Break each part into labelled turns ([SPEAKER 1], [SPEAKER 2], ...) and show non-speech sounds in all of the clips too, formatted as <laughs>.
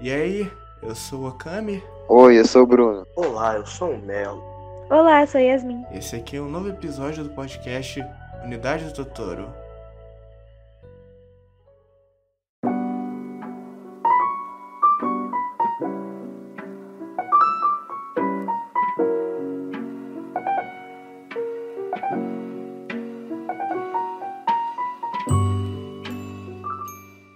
[SPEAKER 1] E aí, eu sou o Akami.
[SPEAKER 2] Oi, eu sou o Bruno.
[SPEAKER 3] Olá, eu sou o Melo.
[SPEAKER 4] Olá, eu sou Yasmin.
[SPEAKER 1] Esse aqui é um novo episódio do podcast Unidade do Totoro.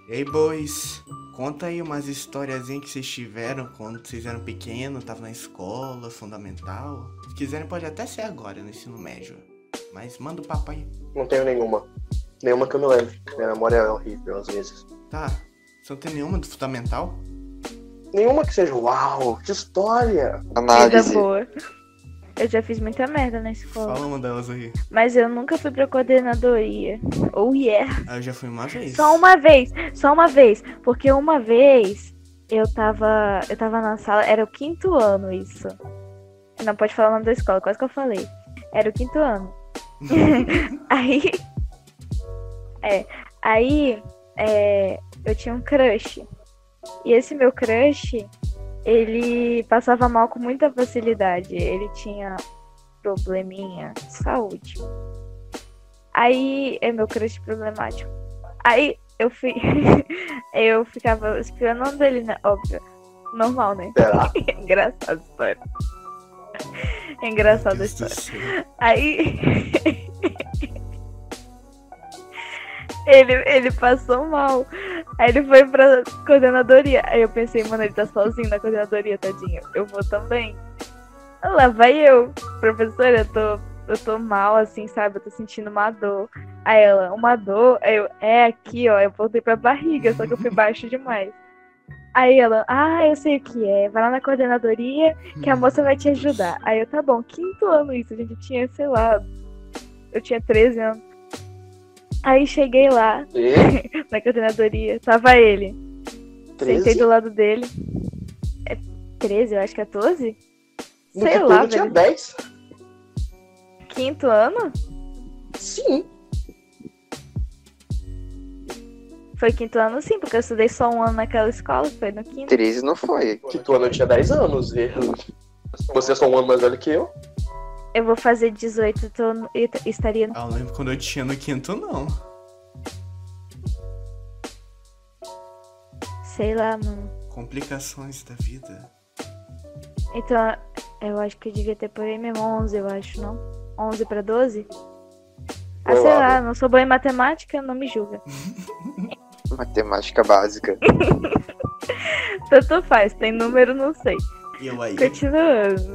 [SPEAKER 1] E aí, boys? Conta aí umas historiazinhas que vocês tiveram quando vocês eram pequenos, estavam na escola, fundamental. Se quiserem, pode até ser agora, no ensino médio. Mas manda o papai.
[SPEAKER 3] Não tenho nenhuma. Nenhuma que eu me lembre. Minha memória é horrível às vezes.
[SPEAKER 1] Tá, você não tem nenhuma do fundamental?
[SPEAKER 3] Nenhuma que seja uau, que história.
[SPEAKER 2] Análise.
[SPEAKER 4] Coisa boa. Eu já fiz muita merda na escola.
[SPEAKER 1] Fala uma delas aí.
[SPEAKER 4] Mas eu nunca fui pra coordenadoria. Ou oh, yeah.
[SPEAKER 1] Ah, eu já fui uma vez.
[SPEAKER 4] Só uma vez. Só uma vez. Porque uma vez eu tava. Eu tava na sala. Era o quinto ano isso. Não pode falar o nome da escola, quase que eu falei. Era o quinto ano. aí. É. Aí. é, eu tinha um crush. E esse meu crush, ele passava mal com muita facilidade. Ele tinha probleminha de saúde. Aí é meu crush problemático. Aí eu fui. <laughs> eu ficava espionando ele, né? Óbvio. Normal, né?
[SPEAKER 3] Será?
[SPEAKER 4] <laughs> Engraçado a história. Engraçada a
[SPEAKER 1] Deus do
[SPEAKER 4] história.
[SPEAKER 1] céu.
[SPEAKER 4] Aí. ele, ele passou mal. Aí ele foi pra coordenadoria. Aí eu pensei, mano, ele tá sozinho na coordenadoria, tadinho. Eu vou também. Lá vai eu. Professora, eu tô, eu tô mal, assim, sabe? Eu tô sentindo uma dor. Aí ela, uma dor? Aí eu, é aqui, ó. Eu voltei pra barriga, só que eu fui baixo demais. Aí ela, ah, eu sei o que é. Vai lá na coordenadoria <laughs> que a
[SPEAKER 1] Hum.
[SPEAKER 4] moça vai te ajudar. Aí eu, tá bom, quinto ano isso, a gente tinha, sei lá, eu tinha 13 anos. Aí cheguei lá,
[SPEAKER 3] E
[SPEAKER 4] na coordenadoria, tava ele. <laughs> Sentei
[SPEAKER 3] 13?
[SPEAKER 4] do lado dele. É 13, eu acho, 14?
[SPEAKER 3] No
[SPEAKER 4] Sei
[SPEAKER 3] que
[SPEAKER 4] lá,
[SPEAKER 3] eu tinha
[SPEAKER 4] velho.
[SPEAKER 3] 10?
[SPEAKER 4] Quinto ano?
[SPEAKER 3] Sim.
[SPEAKER 4] Foi quinto ano sim, porque eu estudei só um ano naquela escola, foi no quinto.
[SPEAKER 2] 13 não foi.
[SPEAKER 3] Que tu ano eu tinha 10 anos. E você é só um ano mais velho que eu.
[SPEAKER 4] Eu vou fazer 18, então eu t- estaria no
[SPEAKER 1] Ah, eu não lembro quando eu tinha no quinto, não.
[SPEAKER 4] sei lá, mano.
[SPEAKER 1] Complicações da vida.
[SPEAKER 4] Então, eu acho que eu devia ter por aí mesmo 11, eu acho, não? 11 pra 12? Ah,
[SPEAKER 3] Sei
[SPEAKER 4] sei
[SPEAKER 3] lá,
[SPEAKER 4] lá, não sou boa em matemática, não me julga. <laughs>
[SPEAKER 2] Matemática básica.
[SPEAKER 4] Tanto faz, tem número, não sei.
[SPEAKER 1] E eu aí?
[SPEAKER 4] Continuando.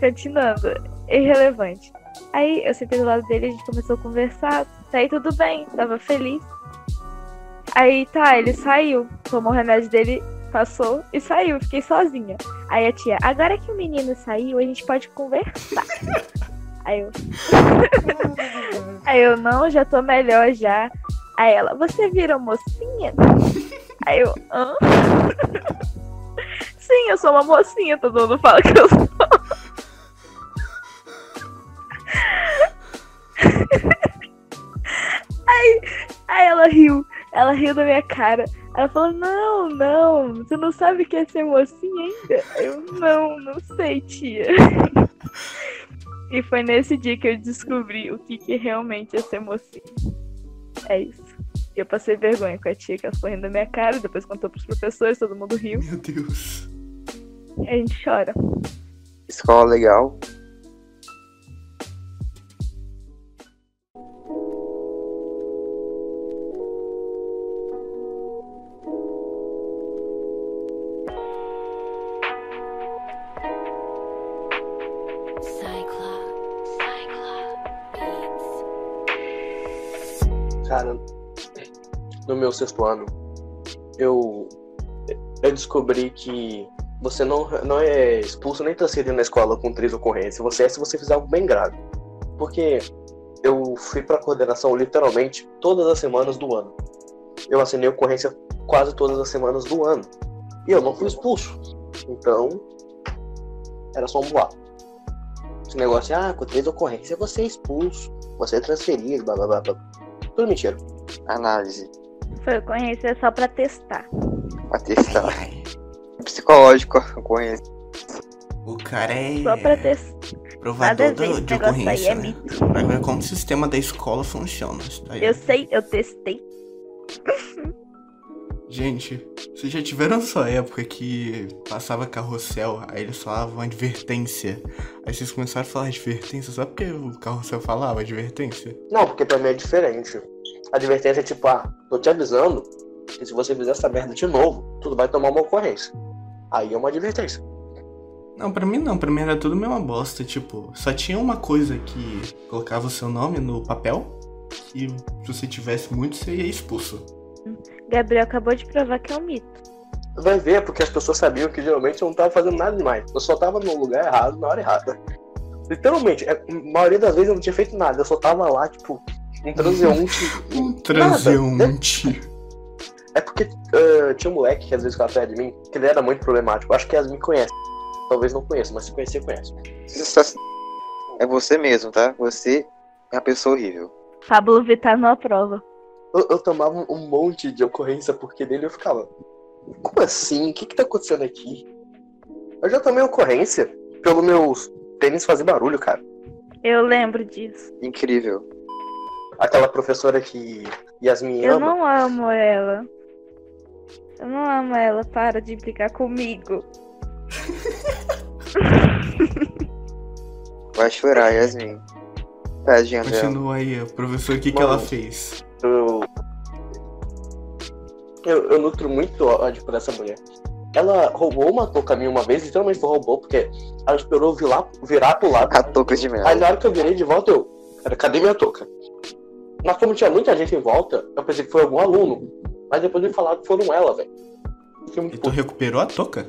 [SPEAKER 4] Continuando. Irrelevante. Aí eu sentei do lado dele, a gente começou a conversar. Tá aí tudo bem, tava feliz. Aí tá, ele saiu, tomou o remédio dele, passou e saiu, fiquei sozinha. Aí a tia, agora que o menino saiu, a gente pode conversar. aí eu, <laughs> aí eu, não, já tô melhor já. Aí ela, você virou mocinha? Aí eu, hã? Sim, eu sou uma mocinha, todo mundo fala que eu sou. aí, aí ela riu, ela riu da minha cara. Ela falou, não, não, você não sabe o que é ser mocinha ainda? Aí Eu, não, não sei, tia. e foi nesse dia que eu descobri o que, que realmente é ser mocinha. É isso. E Eu passei vergonha com a tia, que ela ficou rindo da minha cara, depois contou pros professores, todo mundo riu.
[SPEAKER 1] Meu Deus.
[SPEAKER 4] E a gente chora.
[SPEAKER 2] Escola legal.
[SPEAKER 3] Cara, no meu sexto ano, eu, eu descobri que você não, não é expulso nem transferido na escola com três ocorrências. Você é se você fizer algo bem grave. Porque eu fui pra coordenação literalmente todas as semanas do ano. Eu assinei ocorrência quase todas as semanas do ano. E eu não fui expulso. Então, era só um boato. Esse negócio, ah, com três ocorrências você é expulso, você é transferido, blá blá blá blá. Tudo mentira.
[SPEAKER 2] Análise.
[SPEAKER 4] Foi ocorrência só pra testar.
[SPEAKER 2] Pra testar.
[SPEAKER 1] Ai, ai.
[SPEAKER 2] Psicológico, conhece.
[SPEAKER 1] O cara
[SPEAKER 4] Só pra
[SPEAKER 1] é
[SPEAKER 4] testar. Nada a
[SPEAKER 1] provador
[SPEAKER 4] ver,
[SPEAKER 1] do,
[SPEAKER 4] esse
[SPEAKER 1] de
[SPEAKER 4] negócio aí
[SPEAKER 1] ocorrência,
[SPEAKER 4] é
[SPEAKER 1] né? É.
[SPEAKER 4] mito.
[SPEAKER 1] Vai ver como o sistema da escola funciona. isso daí.
[SPEAKER 4] Eu sei, eu testei.
[SPEAKER 1] Gente, vocês já tiveram sua época que passava carrossel, aí eles falavam advertência. Aí vocês começaram a falar advertência só porque o carrossel falava advertência?
[SPEAKER 3] Não, porque pra mim é diferente. A advertência é tipo, ah, tô te avisando que se você fizer essa merda de novo, tudo vai tomar uma ocorrência. Aí é uma advertência.
[SPEAKER 1] Não, pra mim não, pra mim era tudo mesma bosta, tipo, só tinha uma coisa que colocava o seu nome no papel e se você tivesse muito, você ia expulso.
[SPEAKER 4] Gabriel acabou de provar que é um mito.
[SPEAKER 3] Vai ver, porque as pessoas sabiam que geralmente eu não tava fazendo nada demais. Eu só tava no lugar errado, na hora errada. Literalmente, é- a maioria das vezes eu não tinha feito nada, eu só tava lá, tipo,
[SPEAKER 1] <laughs>
[SPEAKER 3] um transeunte.
[SPEAKER 1] Um transeunte.
[SPEAKER 3] <laughs> É porque ah, tinha um moleque que às vezes ficava perto de mim, que ele era muito problemático. Eu acho que Yasmin conhece. Talvez não conheça, mas se conhecer, conhece.
[SPEAKER 2] É você mesmo, tá? Você é uma pessoa horrível.
[SPEAKER 4] Pablo Vittar não aprova.
[SPEAKER 3] Eu, eu tomava um monte de ocorrência porque dele eu ficava. Como assim? O que que tá acontecendo aqui? Eu já tomei ocorrência pelo meus tênis fazer barulho, cara.
[SPEAKER 4] Eu lembro disso.
[SPEAKER 2] Incrível.
[SPEAKER 3] Aquela professora que Yasmin
[SPEAKER 4] Eu
[SPEAKER 3] ama.
[SPEAKER 4] não amo ela. Eu não amo ela. Para de implicar comigo.
[SPEAKER 2] Vai chorar, Yasmin. Tadinha dela.
[SPEAKER 1] Continua aí, professor, o que, que
[SPEAKER 3] É. Mano.
[SPEAKER 1] ela fez?
[SPEAKER 3] Eu, eu, eu nutro muito ódio por essa mulher. Ela roubou, matou o caminho uma vez, literalmente roubou, porque ela esperou eu virar, virar pro lado.
[SPEAKER 2] A touca de mel.
[SPEAKER 3] Aí na hora que eu virei de volta, eu. Cara, cadê minha touca? Mas como tinha muita gente em volta, eu pensei que foi algum aluno. Mas depois me falaram que foram ela, velho. Fiquei
[SPEAKER 1] E
[SPEAKER 3] muito
[SPEAKER 1] tu
[SPEAKER 3] puto.
[SPEAKER 1] recuperou a toca?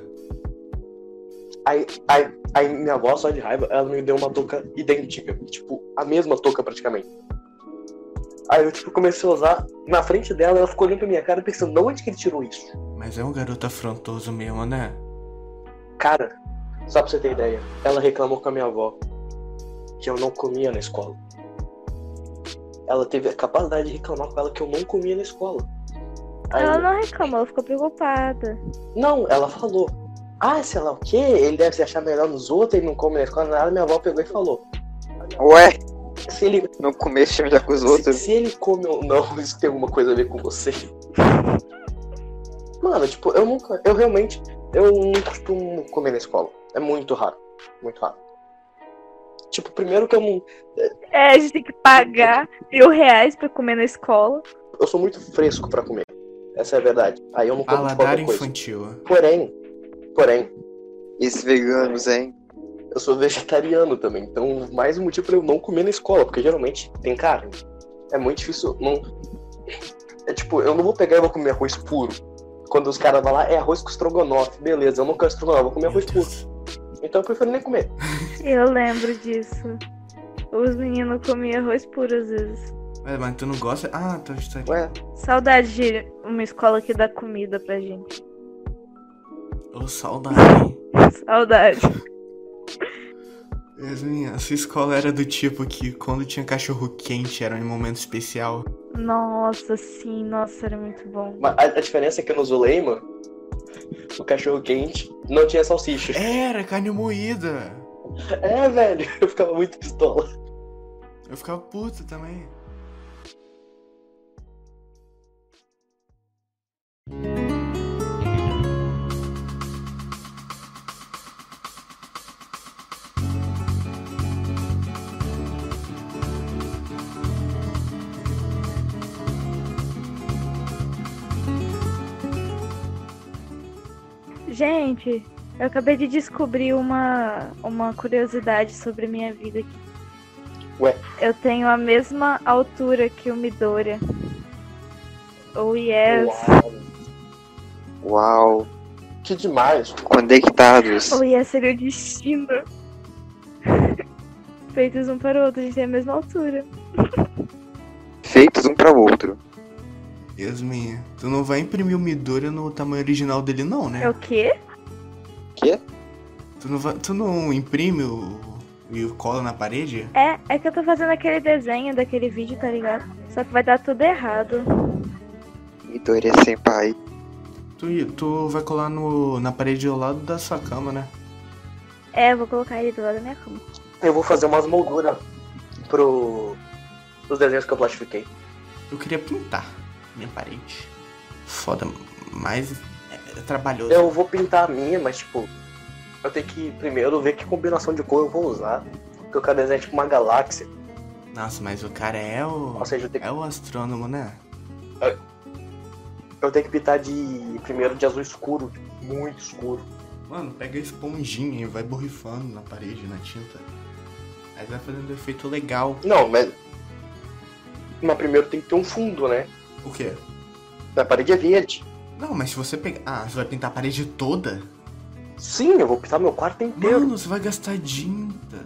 [SPEAKER 3] Aí, aí, aí minha avó, só de raiva, ela me deu uma touca idêntica. Tipo, a mesma touca praticamente. Aí eu, tipo, comecei a usar na frente dela, ela ficou olhando pra minha cara pensando, de onde que ele tirou isso?
[SPEAKER 1] Mas é um garoto afrontoso mesmo, né?
[SPEAKER 3] Cara, só pra você ter ideia, ela reclamou com a minha avó que eu não comia na escola. Ela teve a capacidade de reclamar com ela que eu não comia na escola. Aí,
[SPEAKER 4] Ela não reclamou, ela ficou preocupada.
[SPEAKER 3] não, ela falou. Ah, sei lá o quê? Ele deve se achar melhor nos outros, ele não come na escola, nada. Minha avó pegou e falou.
[SPEAKER 2] Ué,
[SPEAKER 3] Se ele,
[SPEAKER 2] não comer time já com os
[SPEAKER 3] se,
[SPEAKER 2] outros.
[SPEAKER 3] se ele come ou não, <laughs> isso tem alguma coisa a ver com você. Mano, tipo, eu nunca. Eu realmente. Eu não costumo comer na escola. É muito raro. Muito raro. Tipo, primeiro que eu não.
[SPEAKER 4] É, a gente tem que pagar mil reais pra comer na escola.
[SPEAKER 3] Eu sou muito fresco pra comer. Essa é a verdade. Aí eu não como
[SPEAKER 1] Paladar
[SPEAKER 3] de qualquer coisa.
[SPEAKER 1] infantil.
[SPEAKER 3] Porém, porém,
[SPEAKER 2] Esses veganos, hein?
[SPEAKER 3] eu sou vegetariano também. Então, mais um motivo pra eu não comer na escola, porque geralmente tem carne. É muito difícil. Não... É tipo, eu não vou pegar e vou comer arroz puro. Quando os caras vão lá, é arroz com estrogonofe. Beleza, eu não quero estrogonofe, vou comer arroz puro. Então eu prefiro nem comer.
[SPEAKER 4] Eu lembro disso. Os meninos comiam arroz puro às vezes.
[SPEAKER 1] Ué, mas tu não gosta? Ah, tá vegetariano.
[SPEAKER 2] Ué,
[SPEAKER 4] Saudade de uma escola que dá comida pra gente.
[SPEAKER 1] Ô, saudade. hein?
[SPEAKER 4] Saudade.
[SPEAKER 1] Yasmin, a sua escola era do tipo que quando tinha cachorro quente era um momento especial.
[SPEAKER 4] Nossa, sim, nossa, era muito bom.
[SPEAKER 3] Mas a, a diferença é que no Zuleima, o cachorro quente não tinha salsicha.
[SPEAKER 1] Era carne moída.
[SPEAKER 3] <laughs> É, velho, eu ficava muito pistola.
[SPEAKER 1] Eu ficava puto também.
[SPEAKER 4] Gente, eu acabei de descobrir uma, uma curiosidade sobre a minha vida aqui.
[SPEAKER 3] Ué?
[SPEAKER 4] Eu tenho a mesma altura que o Midoriya. Oh yes.
[SPEAKER 3] Uau.
[SPEAKER 2] uau.
[SPEAKER 3] Que demais.
[SPEAKER 2] Conectados.
[SPEAKER 4] Oh yes, seria o destino. <laughs> Feitos um para o outro, a gente tem a mesma altura.
[SPEAKER 2] Feitos um pra outro.
[SPEAKER 1] Yasmin, tu não vai imprimir o Midori no tamanho original dele não, né?
[SPEAKER 4] É o quê?
[SPEAKER 1] Tu, não vai- tu não imprime o... e cola na parede?
[SPEAKER 4] É, é que eu tô fazendo aquele desenho daquele vídeo, tá ligado? Só que vai dar tudo errado.
[SPEAKER 2] Midoriya Senpai.
[SPEAKER 1] Tu, tu vai colar no, na parede ao lado da sua cama, né?
[SPEAKER 4] É, eu vou colocar ele do lado da minha cama.
[SPEAKER 3] Eu vou fazer umas molduras pro... pros desenhos que eu plastifiquei.
[SPEAKER 1] Eu queria pintar minha parede. Foda, mas é, é trabalhoso.
[SPEAKER 3] Eu vou pintar a minha, mas tipo, eu tenho que primeiro ver que combinação de cor eu vou usar. Porque eu quero desenhar tipo uma galáxia.
[SPEAKER 1] Nossa, mas o cara é o.
[SPEAKER 3] Ou seja, eu tenho,
[SPEAKER 1] É o astrônomo, né?
[SPEAKER 3] eu tenho que pintar de primeiro de azul escuro, tipo, muito escuro.
[SPEAKER 1] Mano, pega a esponjinha e vai borrifando na parede, na tinta. Aí vai fazendo um efeito legal.
[SPEAKER 3] Não, mas. Mas primeiro tem que ter um fundo, né?
[SPEAKER 1] O quê?
[SPEAKER 3] Na parede é verde.
[SPEAKER 1] Não, mas se você pegar. Ah, você vai pintar a parede toda?
[SPEAKER 3] Sim, eu vou pintar meu quarto inteiro.
[SPEAKER 1] Mano, você vai gastar tinta.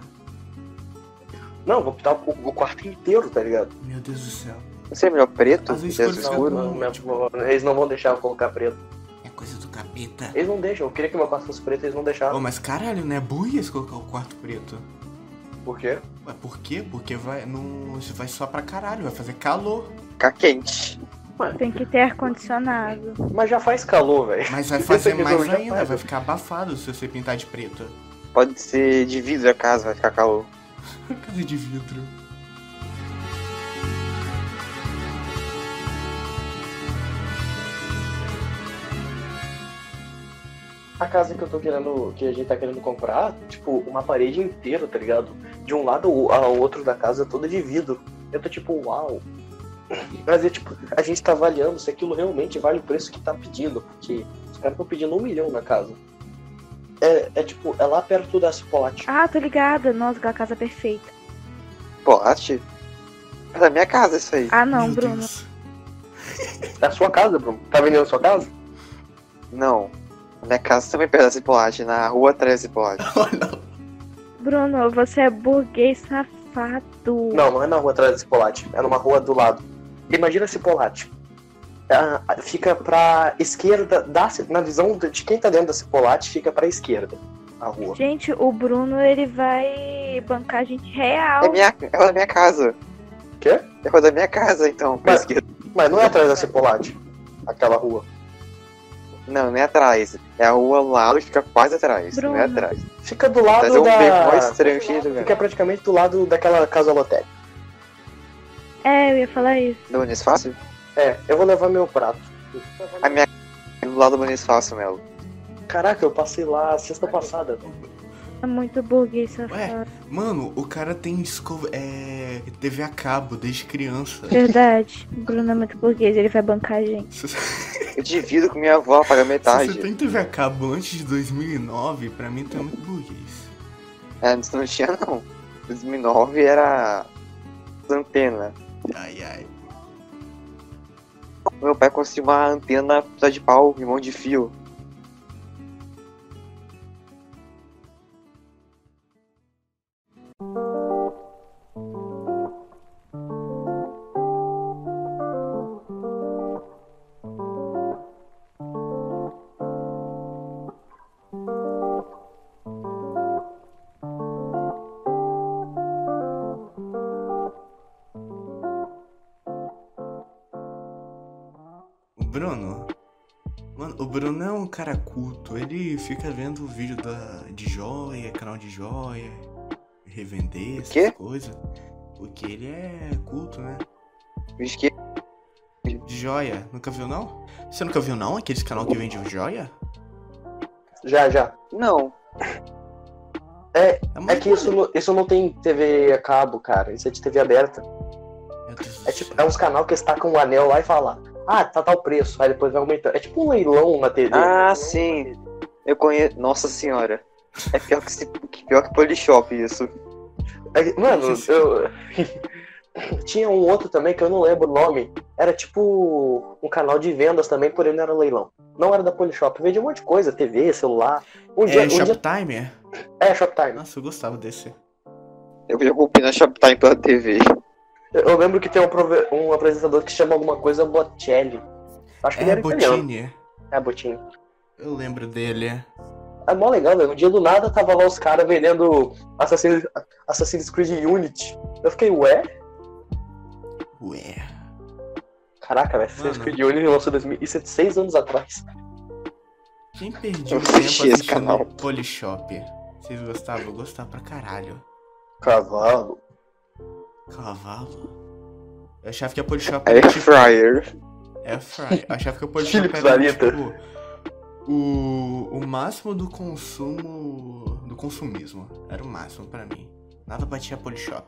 [SPEAKER 3] Não, eu vou pintar o, o quarto inteiro, tá ligado?
[SPEAKER 1] Meu Deus do céu.
[SPEAKER 2] Não sei, é melhor preto?
[SPEAKER 1] Azul
[SPEAKER 2] de azul
[SPEAKER 1] escuro,
[SPEAKER 2] escuro?
[SPEAKER 1] não,
[SPEAKER 3] Não, minha-
[SPEAKER 1] tipo-
[SPEAKER 3] Eles não vão deixar eu colocar preto.
[SPEAKER 1] É coisa do capeta.
[SPEAKER 3] Eles não deixam. Eu queria que meu quarto fosse preto, eles não deixaram.
[SPEAKER 1] Ô, mas caralho, não é burro eles colocar o quarto preto.
[SPEAKER 3] Por quê?
[SPEAKER 1] Ué, por quê? Porque vai. Não. Isso vai só pra caralho, vai fazer calor.
[SPEAKER 2] Ficar quente.
[SPEAKER 4] Tem que ter ar-condicionado.
[SPEAKER 3] Mas já faz calor, velho.
[SPEAKER 1] Mas vai
[SPEAKER 3] <laughs> Isso
[SPEAKER 1] fazer
[SPEAKER 3] aqui
[SPEAKER 1] mais
[SPEAKER 3] não, já
[SPEAKER 1] ainda,
[SPEAKER 3] faz.
[SPEAKER 1] vai ficar abafado se você pintar de preto.
[SPEAKER 2] Pode ser de vidro a casa, vai ficar calor.
[SPEAKER 1] Casa de vidro.
[SPEAKER 3] A casa que eu tô querendo, que a gente tá querendo comprar, tipo, uma parede inteira, tá ligado? De um lado ao outro da casa, toda de vidro. Eu tô tipo, uau. Mas é tipo, a gente tá avaliando se aquilo realmente vale o preço que tá pedindo, porque os caras estão pedindo um milhão na casa. É, é tipo, é lá perto da Cipollate.
[SPEAKER 4] Ah, tô ligada. Nossa, aquela casa é perfeita.
[SPEAKER 2] Poste? É da minha casa isso aí.
[SPEAKER 4] Ah, não,
[SPEAKER 1] Meu
[SPEAKER 4] Bruno.
[SPEAKER 1] Deus.
[SPEAKER 3] Da sua casa, Bruno? Tá vendendo a sua casa?
[SPEAKER 2] Não. A minha casa também é perto da Zipolate, na rua atrás da Zipolate.
[SPEAKER 1] Olha,
[SPEAKER 4] Bruno, você é burguês safado.
[SPEAKER 3] Não, não é na rua atrás da Cipollate. É numa rua do lado. Imagina a Cipollate. Ah, fica pra esquerda, da, na visão de quem tá dentro da Cipollate, fica pra esquerda a rua.
[SPEAKER 4] Gente, o Bruno, ele vai bancar a gente real.
[SPEAKER 2] É, minha, é da minha casa.
[SPEAKER 3] Quê?
[SPEAKER 2] É rua da minha casa, então, pra
[SPEAKER 3] Mas-
[SPEAKER 2] esquerda.
[SPEAKER 3] Mas não é atrás da Cipollate, aquela rua.
[SPEAKER 2] Não, nem atrás. É a rua lá que fica quase atrás. Não é
[SPEAKER 4] Bruno.
[SPEAKER 2] atrás.
[SPEAKER 3] Fica do
[SPEAKER 2] Mas é
[SPEAKER 3] lado
[SPEAKER 2] um beco mais né?
[SPEAKER 3] da...
[SPEAKER 2] estranho cheio de
[SPEAKER 3] Fica praticamente do lado daquela casa lotérica.
[SPEAKER 4] É, eu ia falar isso.
[SPEAKER 2] Do Bonifácio?
[SPEAKER 3] É, eu vou levar meu prato.
[SPEAKER 2] A minha é do lado do Bonifácio, Melo.
[SPEAKER 3] Caraca, eu passei lá sexta passada.
[SPEAKER 4] É muito burguês safado.
[SPEAKER 1] mano, o cara tem escova. É. TV a cabo desde criança.
[SPEAKER 4] Verdade. O Bruno é muito burguês, ele vai bancar a gente.
[SPEAKER 1] Se, se
[SPEAKER 2] Eu divido com minha avó, paga
[SPEAKER 1] <laughs> você
[SPEAKER 2] metade.
[SPEAKER 1] tem TV a cabo antes de 2009, pra mim tu é muito burguês.
[SPEAKER 2] É, antes não tinha, não. 2009 era. antena.
[SPEAKER 1] Ai, ai.
[SPEAKER 2] Meu pai conseguiu uma antena só de pau e um monte de fio.
[SPEAKER 1] O Bruno. Mano, o Bruno é um cara culto. Ele fica vendo o vídeo da, de joia, canal de joia, revender,
[SPEAKER 2] quê?
[SPEAKER 1] essas coisas. Porque ele é culto, né?
[SPEAKER 2] Diz que
[SPEAKER 1] De joia. Nunca viu, não? Você nunca viu, não? Aqueles canal que vende joia?
[SPEAKER 3] Já, já.
[SPEAKER 2] Não. Ah,
[SPEAKER 1] É,
[SPEAKER 3] É
[SPEAKER 1] muito
[SPEAKER 3] que isso, não- isso não tem TV a cabo, cara. Isso é de TV aberta.
[SPEAKER 1] Meu Deus do
[SPEAKER 3] É tipo, é
[SPEAKER 1] céu.
[SPEAKER 3] uns canal que estacam um anel lá e falam, ah, tá tal preço. Aí depois vai aumentando. É tipo um leilão na né? TV.
[SPEAKER 2] Ah, sim. Eu conheço. Nossa senhora. É pior que, esse- que pior que Polishop isso.
[SPEAKER 3] É, Mano, eu. <laughs> Tinha um outro também que eu não lembro o nome. Era tipo um canal de vendas também, porém não era leilão. Não era da Polishop. Vendia um monte de coisa, TV, celular. Um dia.
[SPEAKER 1] É
[SPEAKER 3] um dia...
[SPEAKER 1] Shoptimer?
[SPEAKER 3] é Shoptime.
[SPEAKER 1] Nossa, eu gostava desse.
[SPEAKER 2] Eu já comprei na Shoptime pela TV.
[SPEAKER 3] Eu eu lembro que tem um, prove- um apresentador que chama alguma coisa Bocelli. Acho que ele
[SPEAKER 1] É,
[SPEAKER 3] era italiano.
[SPEAKER 1] Botini.
[SPEAKER 3] É, Botini.
[SPEAKER 1] Eu lembro dele.
[SPEAKER 3] É mó legal, velho. Um dia do nada tava lá os caras vendendo Assassin's... Assassin's Creed Unity. Eu fiquei, ué?
[SPEAKER 1] Ué.
[SPEAKER 3] Caraca, velho, Assassin's
[SPEAKER 1] Mano.
[SPEAKER 3] Creed Unity lançou em 2000, isso é de seis anos atrás.
[SPEAKER 1] Quem perdeu
[SPEAKER 2] Eu
[SPEAKER 1] o tempo
[SPEAKER 2] assisti esse
[SPEAKER 1] assistindo
[SPEAKER 2] canal.
[SPEAKER 1] Polishop? Vocês gostavam? Eu gostava pra caralho.
[SPEAKER 3] Cavalo.
[SPEAKER 1] Cavalo? Eu achava que a Polishop
[SPEAKER 2] Air
[SPEAKER 1] era tipo...
[SPEAKER 2] Fryer.
[SPEAKER 1] É fry. Eu achava que o Polishop
[SPEAKER 3] Philips
[SPEAKER 1] era
[SPEAKER 3] Vareta.
[SPEAKER 1] tipo... O, o máximo do consumo... Do consumismo. Era o máximo pra mim. Nada batia a Polishop.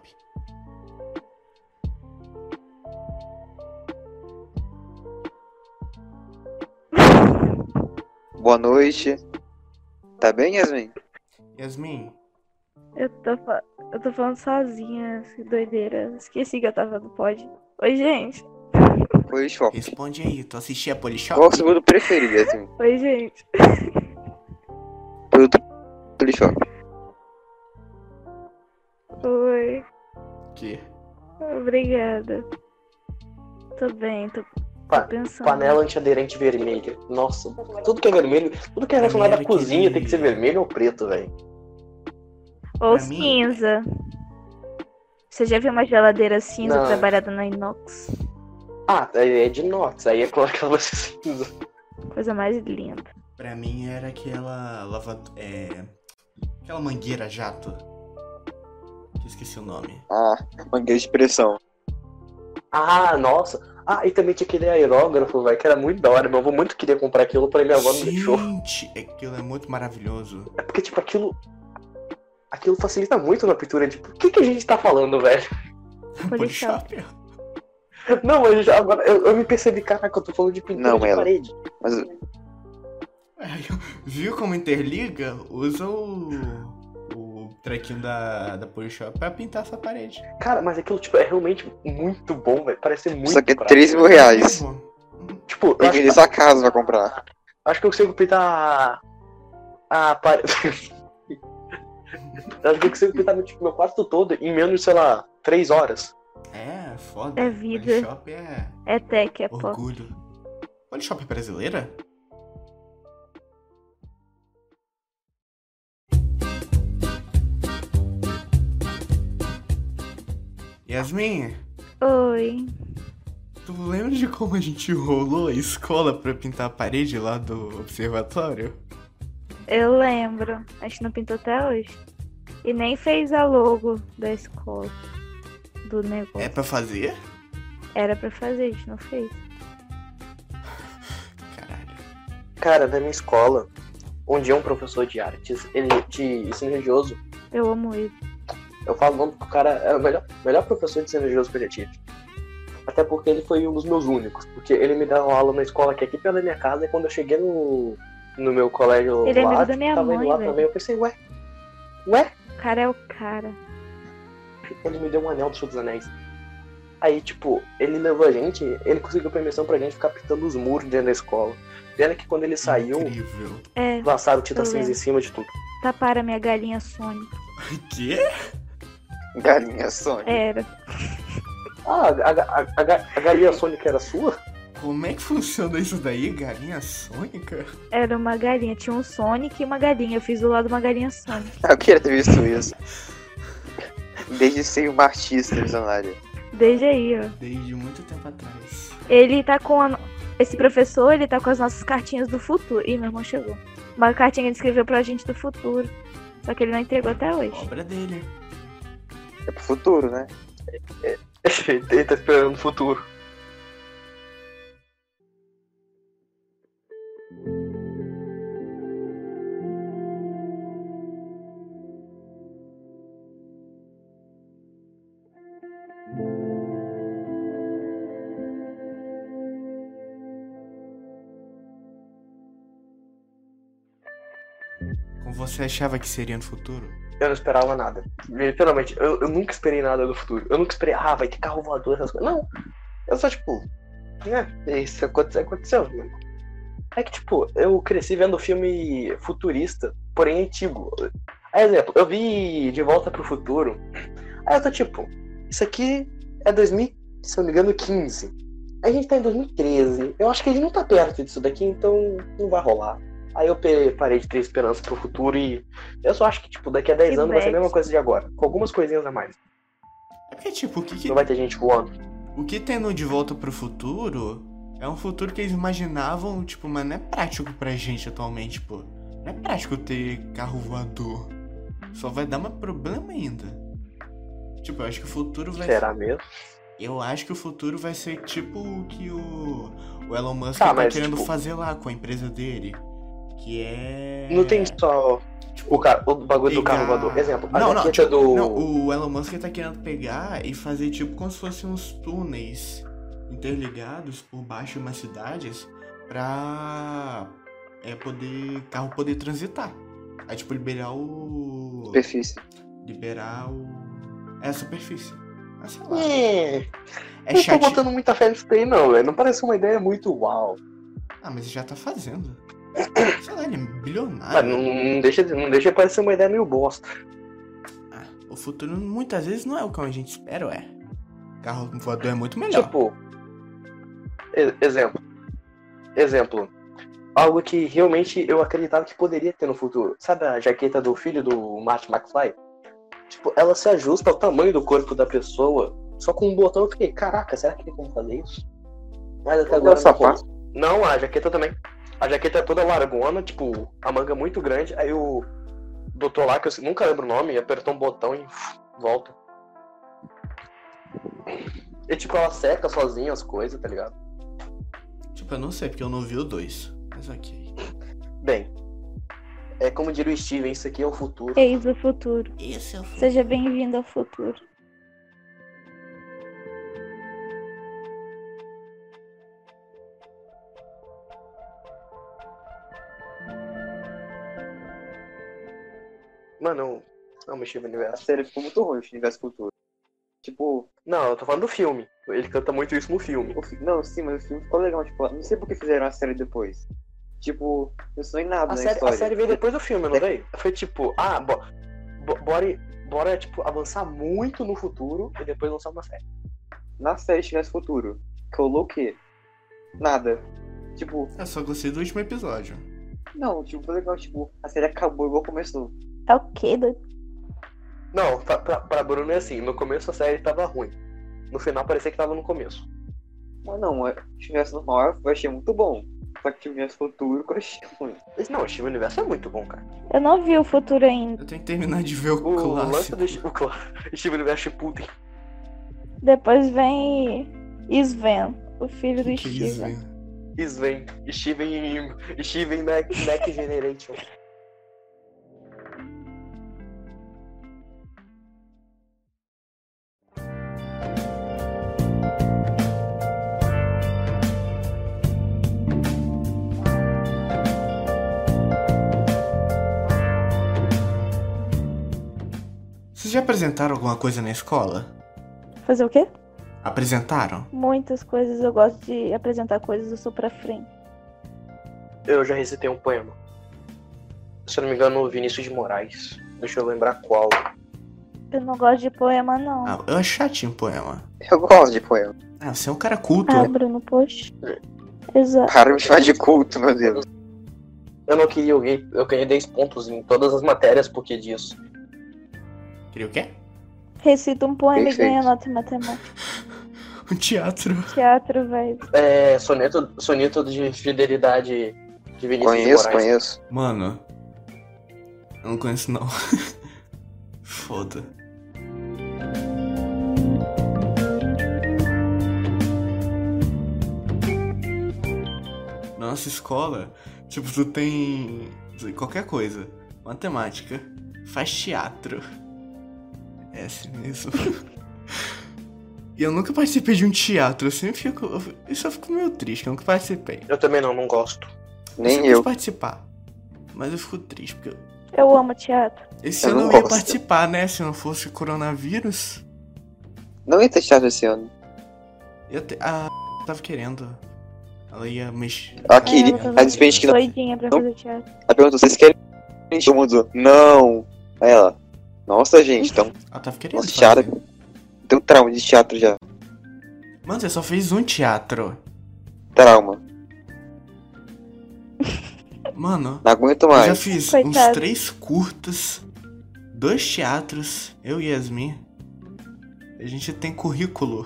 [SPEAKER 2] Boa noite. Tá bem, Yasmin?
[SPEAKER 1] Yasmin,
[SPEAKER 4] Eu tô, fa- eu tô falando sozinha, que doideira. Esqueci que eu tava no pod. Oi, gente.
[SPEAKER 2] Polishop.
[SPEAKER 1] responde aí. Tu assistia a Polishop?
[SPEAKER 2] Qual é o seu produto preferido, Yasmin?
[SPEAKER 4] Oi, gente.
[SPEAKER 2] Produto Polishop.
[SPEAKER 4] Oi.
[SPEAKER 1] Que?
[SPEAKER 4] Obrigada. Tô bem, tô,
[SPEAKER 3] Pa-
[SPEAKER 4] tô pensando.
[SPEAKER 3] Panela antiaderente vermelha. Nossa, tudo que é vermelho, tudo que é relacionado à
[SPEAKER 1] Vermelho,
[SPEAKER 3] cozinha
[SPEAKER 1] querido.
[SPEAKER 3] tem que ser vermelho ou preto, velho.
[SPEAKER 4] Ou
[SPEAKER 1] pra mim-
[SPEAKER 4] cinza. Você já viu uma geladeira cinza
[SPEAKER 3] Não.
[SPEAKER 4] trabalhada na inox?
[SPEAKER 3] Ah, é é de inox, aí é claro que ela vai ser cinza.
[SPEAKER 4] Coisa mais
[SPEAKER 1] <laughs>
[SPEAKER 4] linda.
[SPEAKER 1] Pra mim era aquela lava... É... Aquela mangueira jato. Que eu esqueci o nome.
[SPEAKER 2] Ah, mangueira de pressão.
[SPEAKER 3] Ah, nossa. Ah, e também tinha aquele aerógrafo, velho, que era muito da hora, meu avô muito queria comprar aquilo, porém minha avó não deixou.
[SPEAKER 1] Gente, aquilo é muito maravilhoso.
[SPEAKER 3] É porque, tipo, aquilo. Aquilo facilita muito na pintura. Tipo, o que, que a gente tá falando, velho? <laughs>
[SPEAKER 4] Polishop.
[SPEAKER 1] Polishop.
[SPEAKER 3] Não, mas já, agora eu, eu me percebi, caraca, eu tô falando de pintura
[SPEAKER 2] Não,
[SPEAKER 3] de
[SPEAKER 2] ela.
[SPEAKER 3] parede.
[SPEAKER 2] Mas
[SPEAKER 1] Aí, Viu como interliga? Usa o. o trequinho da, da Polishop pra pintar essa parede.
[SPEAKER 3] Cara, mas aquilo, tipo, é realmente muito bom, velho. Parece ser muito
[SPEAKER 2] só que é
[SPEAKER 3] prático.
[SPEAKER 2] 3 mil reais.
[SPEAKER 1] Tá Bom,
[SPEAKER 3] Tipo, eu
[SPEAKER 2] Tem que
[SPEAKER 3] acho,
[SPEAKER 2] vender sua casa pra comprar.
[SPEAKER 3] acho que eu consigo pintar. A <laughs> parede. acho que eu consigo pintar meu, tipo, meu quarto todo em menos, de, sei lá, 3 horas.
[SPEAKER 1] É, foda.
[SPEAKER 4] É vida.
[SPEAKER 1] Polishop é
[SPEAKER 4] É tech, é pop.
[SPEAKER 1] orgulho. Polishop é brasileira? Yasmin,
[SPEAKER 4] Oi.
[SPEAKER 1] Tu lembra de como a gente rolou a escola pra pintar a parede lá do observatório?
[SPEAKER 4] Eu lembro. A gente não pintou até hoje. E nem fez a logo da escola. Do negócio.
[SPEAKER 1] É pra fazer? É.
[SPEAKER 4] Era pra fazer, a gente não fez.
[SPEAKER 1] Caralho. é
[SPEAKER 3] Cara, na minha escola, onde é um professor de artes, ele de ensino religioso,
[SPEAKER 4] Eu amo ele.
[SPEAKER 3] Eu falo o nome porque o cara era o melhor, melhor professor de religioso que eu já tive. Até porque ele foi um dos meus únicos. Porque ele me dava aula na escola que é aqui pela minha casa. E quando eu cheguei no, no meu colégio
[SPEAKER 4] Ele é
[SPEAKER 3] lá,
[SPEAKER 4] amigo da minha
[SPEAKER 3] tava
[SPEAKER 4] mãe,
[SPEAKER 3] indo lá
[SPEAKER 4] velho.
[SPEAKER 3] também, eu pensei, ué, ué?
[SPEAKER 4] O cara é o cara.
[SPEAKER 3] Ele me deu um anel do Senhor dos Anéis. Aí, tipo, ele levou a gente, ele conseguiu permissão pra gente ficar pintando os muros dentro da escola. Pena que quando ele saiu,
[SPEAKER 1] Incrível.
[SPEAKER 4] É,
[SPEAKER 3] lançaram tinta
[SPEAKER 4] Eu
[SPEAKER 3] cinza em
[SPEAKER 4] lembro.
[SPEAKER 3] cima de tudo.
[SPEAKER 4] tá para minha galinha Sônica.
[SPEAKER 1] Quê?
[SPEAKER 2] Galinha Sony.
[SPEAKER 4] Era.
[SPEAKER 3] Ah, a, a, a, a, a galinha Sônica era sua? <laughs>
[SPEAKER 1] Como é que funciona isso daí, galinha sônica?
[SPEAKER 4] Era uma galinha. Tinha um Sonic e uma galinha. Eu fiz do lado uma galinha Sonic.
[SPEAKER 2] Eu queria ter visto isso. Desde ser uma artista visionária.
[SPEAKER 4] Desde aí, ó.
[SPEAKER 1] Desde muito tempo atrás.
[SPEAKER 4] Ele tá com a... Esse professor, ele tá com as nossas cartinhas do futuro. Ih, meu irmão chegou. Uma cartinha que ele escreveu pra gente do futuro. Só que ele não entregou até hoje.
[SPEAKER 1] Obra dele.
[SPEAKER 2] É pro futuro, né?
[SPEAKER 3] ele tá esperando o futuro.
[SPEAKER 1] Como você achava que seria no futuro?
[SPEAKER 3] Eu não esperava nada. Literalmente, eu, eu nunca esperei nada do futuro. Eu nunca esperei, ah, vai ter carro voador, essas coisas. Não. Eu só, tipo, né? Isso aconteceu, aconteceu. mano. É que, tipo, eu cresci vendo filme futurista, porém antigo. Aí, exemplo, eu vi De Volta pro Futuro. Aí eu tô tipo, isso aqui é 2000, se eu não me engano, 15. A gente tá em 2013. Eu acho que ele não tá perto disso daqui, então não vai rolar. Aí eu pe- parei de ter esperança pro futuro e eu só acho que, tipo, daqui a 10
[SPEAKER 4] Que
[SPEAKER 3] anos vai ser a
[SPEAKER 4] bad.
[SPEAKER 3] mesma coisa de agora. Com algumas coisinhas a mais.
[SPEAKER 1] É porque, tipo, o que que,
[SPEAKER 3] Não vai ter gente voando.
[SPEAKER 1] o O que tem no De Volta pro Futuro é um futuro que eles imaginavam, tipo, mas não é prático pra gente atualmente, pô. Não é prático ter carro voador. Só vai dar mais problema ainda. Tipo, eu acho que o futuro vai
[SPEAKER 3] Será mesmo?
[SPEAKER 1] Eu acho que o futuro vai ser tipo o que o, o Elon Musk
[SPEAKER 3] Tá,
[SPEAKER 1] tá
[SPEAKER 3] mas,
[SPEAKER 1] querendo
[SPEAKER 3] tipo-
[SPEAKER 1] fazer lá com a empresa dele. Que é.
[SPEAKER 3] Não tem só
[SPEAKER 1] tipo,
[SPEAKER 3] o, ca... o bagulho do
[SPEAKER 1] pegar-
[SPEAKER 3] carro voador. Exemplo, a
[SPEAKER 1] Não, não,
[SPEAKER 3] jaqueta
[SPEAKER 1] tipo,
[SPEAKER 3] do.
[SPEAKER 1] Não, o Elon Musk tá querendo pegar e fazer tipo como se fossem uns túneis interligados por baixo de umas cidades pra é, poder. carro poder transitar. Aí tipo liberar o.
[SPEAKER 2] Superfície.
[SPEAKER 1] Liberar o. É a superfície. Ah, sei lá.
[SPEAKER 3] É,
[SPEAKER 1] É
[SPEAKER 3] não tô
[SPEAKER 1] chato.
[SPEAKER 3] botando muita fé nisso daí, não, velho. Não parece uma ideia muito uau.
[SPEAKER 1] Ah, mas ele já tá fazendo. Sei lá, ele é
[SPEAKER 3] Mas
[SPEAKER 1] bilionário.
[SPEAKER 3] não, não deixa, não deixa parecer uma ideia meio bosta.
[SPEAKER 1] Ah, o futuro muitas vezes não é o que a gente espera, é. Carro voador é muito melhor.
[SPEAKER 3] Tipo, e- exemplo. Exemplo. Algo que realmente eu acreditava que poderia ter no futuro. Sabe a jaqueta do filho do Martin McFly? Tipo, ela se ajusta ao tamanho do corpo da pessoa. Só com um botão eu fiquei, caraca, será que tem como fazer isso? Mas até agora.
[SPEAKER 2] o
[SPEAKER 3] não rolou.
[SPEAKER 2] sapato?
[SPEAKER 3] Não, a jaqueta também. A jaqueta é toda largona, tipo, a manga muito grande. Aí o doutor lá, que eu nunca lembro o nome, apertou um botão e uf, volta. E tipo, ela seca sozinha as coisas, tá ligado?
[SPEAKER 1] Tipo, eu não sei, porque eu não vi o 2. Mas ok.
[SPEAKER 3] Bem, é como diria o Steven, isso aqui é o futuro.
[SPEAKER 4] Eis o futuro.
[SPEAKER 1] Esse é o futuro.
[SPEAKER 4] Seja bem-vindo ao futuro.
[SPEAKER 3] Mano, não mexi no
[SPEAKER 2] A
[SPEAKER 3] universo.
[SPEAKER 2] série ficou muito ruim, o universo cultura. Tipo,
[SPEAKER 3] Não, eu tô falando do filme. Ele canta muito isso no filme.
[SPEAKER 2] o fi- não, sim, mas o filme ficou legal. Tipo, não sei por que fizeram a série depois. Tipo, eu sou em nada
[SPEAKER 3] A
[SPEAKER 2] na
[SPEAKER 3] série, a
[SPEAKER 2] história.
[SPEAKER 3] série veio depois do filme, não veio? Foi tipo, ah, bo bo- bora, bora tipo, avançar muito no futuro e depois lançar uma série.
[SPEAKER 2] Na série tivesse futuro. Colou o quê? Nada. Tipo,
[SPEAKER 1] Eu só gostei do último episódio.
[SPEAKER 2] não, tipo, foi legal, tipo, a série acabou igual começou.
[SPEAKER 4] Tá o quê, doido?
[SPEAKER 3] Não, pra, pra, pra Bruno é assim, no começo a série tava ruim. No final parecia que tava no começo.
[SPEAKER 2] Mas não, é- se tivesse normal, eu achei muito bom. Só que tipo, tivesse futuro, que eu achei ruim.
[SPEAKER 3] Mas não, o Steven Universo é muito bom, cara.
[SPEAKER 4] Eu não vi o futuro ainda.
[SPEAKER 1] Eu tenho que terminar de ver o,
[SPEAKER 3] O lance
[SPEAKER 1] clássico.
[SPEAKER 3] do é Steve- o cla- <laughs> Steven Universo Putin.
[SPEAKER 4] Depois vem Sven, o filho do
[SPEAKER 1] Que é isso,
[SPEAKER 4] Steven.
[SPEAKER 3] né?
[SPEAKER 1] velho?
[SPEAKER 3] Sven. Steven. Steven Neck, Neck Generation.
[SPEAKER 1] Vocês já apresentaram alguma coisa na escola?
[SPEAKER 4] Fazer o quê?
[SPEAKER 1] Apresentaram?
[SPEAKER 4] Muitas coisas eu gosto de apresentar coisas do sul pra frente.
[SPEAKER 3] <laughs> Eu já recitei um poema. Se eu não me engano, o Vinícius de Moraes. Deixa eu lembrar qual.
[SPEAKER 4] Eu não gosto de poema, não.
[SPEAKER 1] Ah, eu acho chatinho o poema.
[SPEAKER 2] Eu gosto de poema.
[SPEAKER 1] Ah, você é um cara culto.
[SPEAKER 4] Ah, Bruno, poxa. Exato.
[SPEAKER 2] Para de me chamar de culto, meu Deus.
[SPEAKER 3] Eu não queria o gay, eu queria 10 pontos em todas as matérias porque disso.
[SPEAKER 1] Queria o quê? <laughs>
[SPEAKER 4] Recita um poema e
[SPEAKER 2] Perfeito.
[SPEAKER 4] ganha nota em matemática.
[SPEAKER 1] Um teatro.
[SPEAKER 4] Teatro, velho.
[SPEAKER 3] É. Soneto, soneto de fidelidade de Vinícius de
[SPEAKER 2] Conheço,
[SPEAKER 3] Moraes.
[SPEAKER 2] conheço.
[SPEAKER 1] Mano. Eu não conheço não. <laughs> Foda. Na nossa escola, tipo, tu tem qualquer coisa. Matemática. Faz teatro. É assim mesmo. <laughs> E eu nunca participei de um teatro, eu sempre fico. eu- Isso eu fico meio triste, que eu nunca participei.
[SPEAKER 3] Eu também não, não gosto.
[SPEAKER 2] Nem
[SPEAKER 1] sempre quis
[SPEAKER 2] eu.
[SPEAKER 1] participar. Mas eu fico triste, porque eu-
[SPEAKER 4] Eu amo teatro.
[SPEAKER 1] esse
[SPEAKER 2] Eu
[SPEAKER 1] ano
[SPEAKER 2] não
[SPEAKER 1] eu ia
[SPEAKER 2] gosto.
[SPEAKER 1] participar, né? Se não fosse coronavírus.
[SPEAKER 2] Não ia ter teatro esse ano.
[SPEAKER 1] Eu te... Ah, eu tava querendo. Ela ia mexer.
[SPEAKER 2] Ah,
[SPEAKER 3] É,
[SPEAKER 2] queria.
[SPEAKER 1] Ela ia-
[SPEAKER 2] Mas depende que não-
[SPEAKER 4] Doidinha pra
[SPEAKER 2] Não.
[SPEAKER 4] fazer teatro.
[SPEAKER 2] Ela perguntou, vocês querem que eu mudo? Não. Aí ela, nossa gente, então,
[SPEAKER 1] Ela tava querendo.
[SPEAKER 2] nossa,
[SPEAKER 1] fazer.
[SPEAKER 2] teatro. Tem um trauma de teatro já.
[SPEAKER 1] Mano, você só fez um teatro.
[SPEAKER 2] Trauma.
[SPEAKER 1] Mano,
[SPEAKER 2] Não aguento
[SPEAKER 1] eu já
[SPEAKER 2] mais.
[SPEAKER 1] fiz uns
[SPEAKER 4] Coitado.
[SPEAKER 1] três curtas, dois teatros, eu e Yasmin. A gente tem currículo.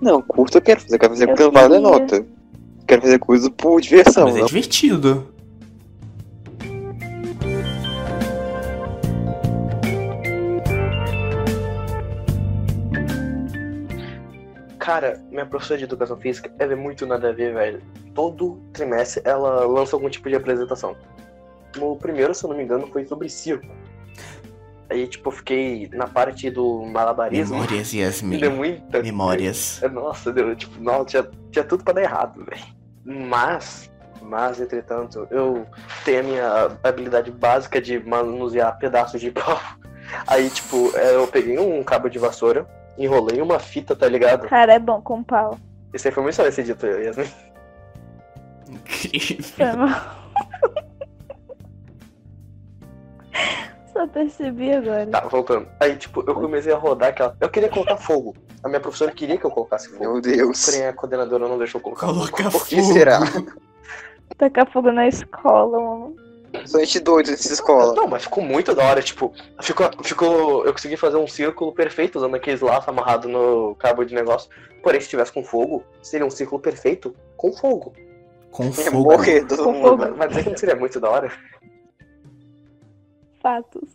[SPEAKER 2] Não, curso eu quero fazer, eu quero fazer porque não vale a
[SPEAKER 4] queria.
[SPEAKER 2] nota. Eu Quero fazer coisa por diversão,
[SPEAKER 1] Mas é
[SPEAKER 2] Então, não.
[SPEAKER 1] divertido.
[SPEAKER 3] Cara, minha professora de educação física, ela é muito nada a ver, velho. Todo trimestre ela lança algum tipo de apresentação. No primeiro, se eu não me engano, foi sobre circo. Aí, tipo, eu fiquei na parte do malabarismo.
[SPEAKER 1] Memórias,
[SPEAKER 3] Me deu
[SPEAKER 1] Yasmin.
[SPEAKER 2] <laughs>
[SPEAKER 3] muita.
[SPEAKER 1] Memórias.
[SPEAKER 3] É, Nossa, deu, tipo, nossa, tinha, tinha tudo pra dar errado, velho. Mas, mas, entretanto, eu tenho a minha habilidade básica de manusear pedaços de pau. <laughs> Aí, tipo, é, eu peguei um cabo de vassoura, enrolei uma fita, tá ligado?
[SPEAKER 4] Cara, é bom com pau.
[SPEAKER 3] Esse aí foi muito só esse dito, Yasmin.
[SPEAKER 1] Incrível.
[SPEAKER 4] Foi mal. <laughs> Só percebi agora.
[SPEAKER 3] Tá, voltando. Aí, tipo, eu comecei a rodar aquela. Eu queria colocar fogo. A minha professora queria que eu colocasse fogo.
[SPEAKER 2] Meu Deus.
[SPEAKER 3] Porém, a coordenadora não deixou eu colocar
[SPEAKER 1] Coloca
[SPEAKER 3] fogo.
[SPEAKER 1] fogo.
[SPEAKER 2] Por que será?
[SPEAKER 4] Tacar fogo na escola, mano.
[SPEAKER 2] Só gente doido nessa escola.
[SPEAKER 3] Não, mas ficou muito da hora, tipo, ficou, ficou, eu consegui fazer um círculo perfeito usando aqueles laços amarrados no cabo de negócio. Porém, se tivesse com fogo, seria um círculo perfeito com fogo.
[SPEAKER 1] Com
[SPEAKER 2] Ia
[SPEAKER 1] fogo.
[SPEAKER 2] é morrer todo
[SPEAKER 4] Com
[SPEAKER 2] mundo.
[SPEAKER 4] fogo.
[SPEAKER 3] Mas dizer que não seria muito da hora.
[SPEAKER 4] Fatos.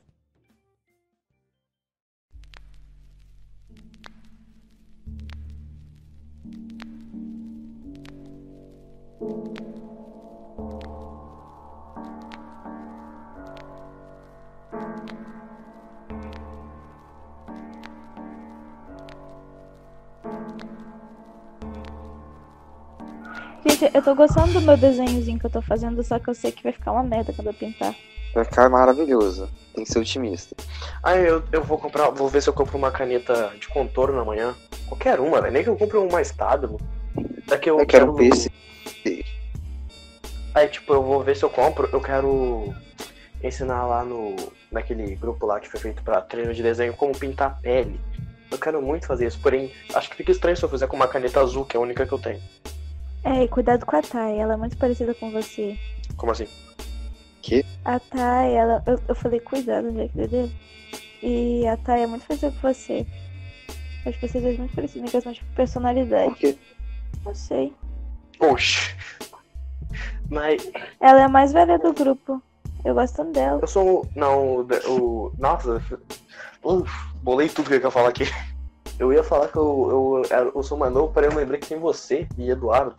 [SPEAKER 4] Gente, eu tô gostando do meu desenhozinho que eu tô fazendo, só que eu sei que vai ficar uma merda quando eu pintar.
[SPEAKER 2] Vai ficar maravilhoso. Tem que ser otimista.
[SPEAKER 3] Aí eu, eu vou comprar, vou ver se eu compro uma caneta de contorno amanhã. Qualquer uma, velho. Nem que eu compre uma estável. Daqui eu,
[SPEAKER 2] Eu quero um peixe.
[SPEAKER 3] Aí, tipo, eu vou ver se eu compro. Eu quero ensinar lá no. naquele grupo lá que foi feito pra treino de desenho como pintar a pele. Eu quero muito fazer isso, porém, acho que fica estranho se eu fizer com uma caneta azul, que é a única que eu tenho.
[SPEAKER 4] É, e cuidado com a Thay, ela é muito parecida com você.
[SPEAKER 3] Como assim?
[SPEAKER 4] A Thay, ela. Eu, eu falei, cuidado, né, entendeu? E a Thay é muito parecida com você. Acho que vocês dois muito parecidos em questão de personalidade.
[SPEAKER 2] Por quê?
[SPEAKER 4] Não sei.
[SPEAKER 3] Oxi! <laughs> Mas
[SPEAKER 4] Ela é a mais velha do grupo. Eu gosto tanto dela.
[SPEAKER 3] eu sou. o- Não, o. de- o nossa! Uf, bolei tudo que eu ia falar aqui. Eu ia falar que eu, eu, era- eu sou mais novo, porém eu lembrei que tem você e Eduardo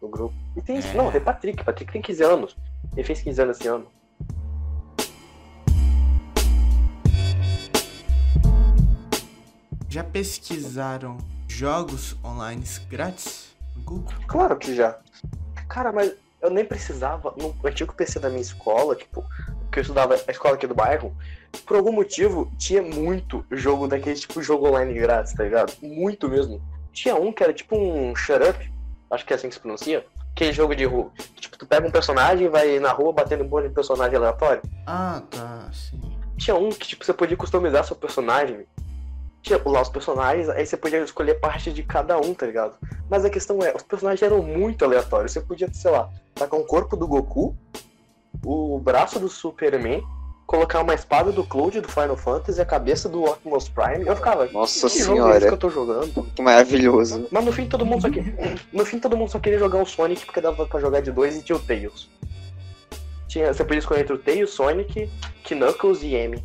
[SPEAKER 3] no grupo. E tem. Não, tem Patrick. Patrick tem 15 anos. Ele fez 15 anos esse ano.
[SPEAKER 1] Já pesquisaram jogos online grátis no Google?
[SPEAKER 3] Claro que já. Cara, mas eu nem precisava. No antigo PC da minha escola, tipo, que eu estudava a escola aqui do bairro, por algum motivo tinha muito jogo daquele tipo jogo online grátis, tá ligado? Muito mesmo. Tinha um que era tipo um shut up, acho que é assim que se pronuncia. Aquele jogo de rua. que, Tipo, tu pega um personagem e vai na rua batendo um monte de personagem aleatório.
[SPEAKER 1] Ah, tá, sim.
[SPEAKER 3] Tinha um que, tipo, você podia customizar seu personagem. Tinha lá os personagens, aí você podia escolher parte de cada um, tá ligado? Mas a questão é, os personagens eram muito aleatórios. Você podia, sei lá, tacar um corpo do Goku, o braço do Superman, colocar uma espada do Cloud do Final Fantasy, a cabeça do Optimus Prime. Eu ficava,
[SPEAKER 2] Nossa
[SPEAKER 3] que jogo é esse que
[SPEAKER 2] senhora.
[SPEAKER 3] eu tô jogando?
[SPEAKER 2] Que maravilhoso.
[SPEAKER 3] Mas no fim todo mundo só que... No fim todo mundo só queria jogar o Sonic porque dava pra jogar de dois e tinha o Tails. Tinha, você podia escolher entre o Tails, Sonic, Knuckles e M.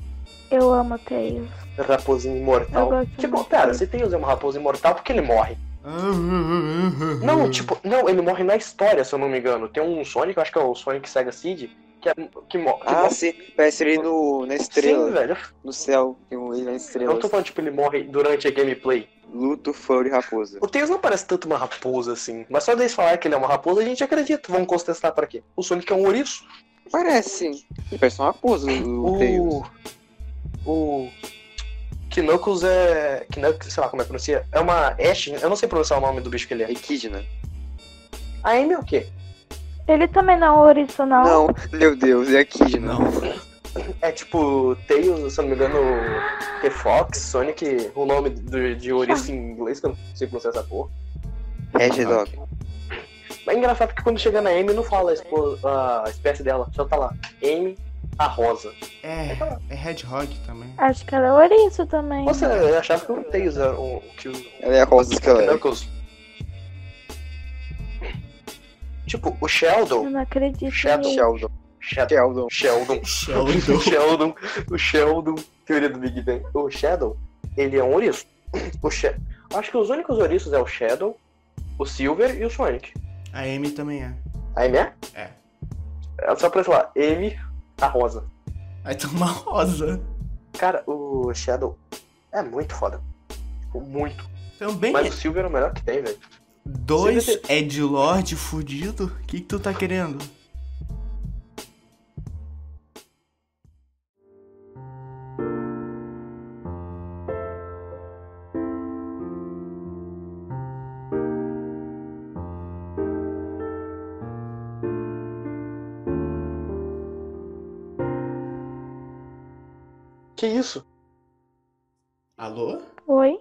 [SPEAKER 4] Eu amo a Tails.
[SPEAKER 3] Raposinho imortal.
[SPEAKER 4] Eu gosto
[SPEAKER 3] Tipo,
[SPEAKER 4] muito.
[SPEAKER 3] pera, se tem o Zé um raposo imortal, por que ele morre?
[SPEAKER 2] Hum.
[SPEAKER 3] Não, tipo, não, ele morre na história, se eu não me engano. Tem um Sonic, eu acho que é o Sonic Sega Seed, que, é, que morre.
[SPEAKER 2] Ah, sim. Parece ele no, na estrela.
[SPEAKER 3] Sim, velho.
[SPEAKER 2] no céu. Tem um ele na
[SPEAKER 3] Eu
[SPEAKER 2] estrela.
[SPEAKER 3] não tô falando, tipo, ele morre durante a gameplay.
[SPEAKER 2] Luto, furry, raposa.
[SPEAKER 3] O Tails não parece tanto uma raposa assim, mas só deles falar que ele é uma raposa, a gente acredita. Vamos contestar pra quê? O Sonic é um ouriço.
[SPEAKER 2] Parece. Ele parece uma raposa, o Tails.
[SPEAKER 3] O. O. Knuckles é. Knuckles, sei lá como é que pronuncia. É uma Ash, eu não sei pronunciar o nome do bicho que ele é.
[SPEAKER 2] Equidna.
[SPEAKER 3] A Amy é o quê?
[SPEAKER 4] Ele também não é um ouriço, não.
[SPEAKER 2] Não, meu Deus, é Equidna.
[SPEAKER 1] Não.
[SPEAKER 3] É tipo, Tails, se eu não me engano, T-Fox, Sonic, o nome do, de ouriço em inglês, que eu não sei pronunciar essa porra.
[SPEAKER 2] Hedgehog.
[SPEAKER 3] Mas é engraçado que quando chega na Amy, não fala a, espo- a espécie dela, só tá lá, Amy, a rosa.
[SPEAKER 1] É, é Hedgehog também.
[SPEAKER 4] Acho que ela é ouriço também.
[SPEAKER 3] Nossa, eu achava que o Tails era um, que o
[SPEAKER 2] Ela é a rosa que ela é.
[SPEAKER 3] Knuckles Tipo, o Sheldon.
[SPEAKER 4] Eu não acredito.
[SPEAKER 3] Chato,
[SPEAKER 4] nisso.
[SPEAKER 2] Sheldon. <laughs>
[SPEAKER 3] Sheldon.
[SPEAKER 2] Sheldon.
[SPEAKER 3] Sheldon. O
[SPEAKER 1] Sheldon.
[SPEAKER 3] Sheldon. O Sheldon. Teoria do Big Bang. O Sheldon, ele é um ouriço. O She... Acho que os únicos ouriços é o Shadow, o Silver e o Sonic.
[SPEAKER 1] A Amy também é.
[SPEAKER 3] A Amy é?
[SPEAKER 1] É.
[SPEAKER 3] É só pra falar, Amy, a Rosa.
[SPEAKER 1] Aí tem uma rosa.
[SPEAKER 3] Cara, o Shadow é muito foda. Tipo, muito.
[SPEAKER 1] Também
[SPEAKER 3] Mas
[SPEAKER 1] é.
[SPEAKER 3] o Silver é o melhor que tem, velho.
[SPEAKER 1] Dois
[SPEAKER 3] Silver
[SPEAKER 1] Ed Lord fudido? O que, que tu tá querendo?
[SPEAKER 3] Que isso?
[SPEAKER 1] Alô?
[SPEAKER 4] Oi?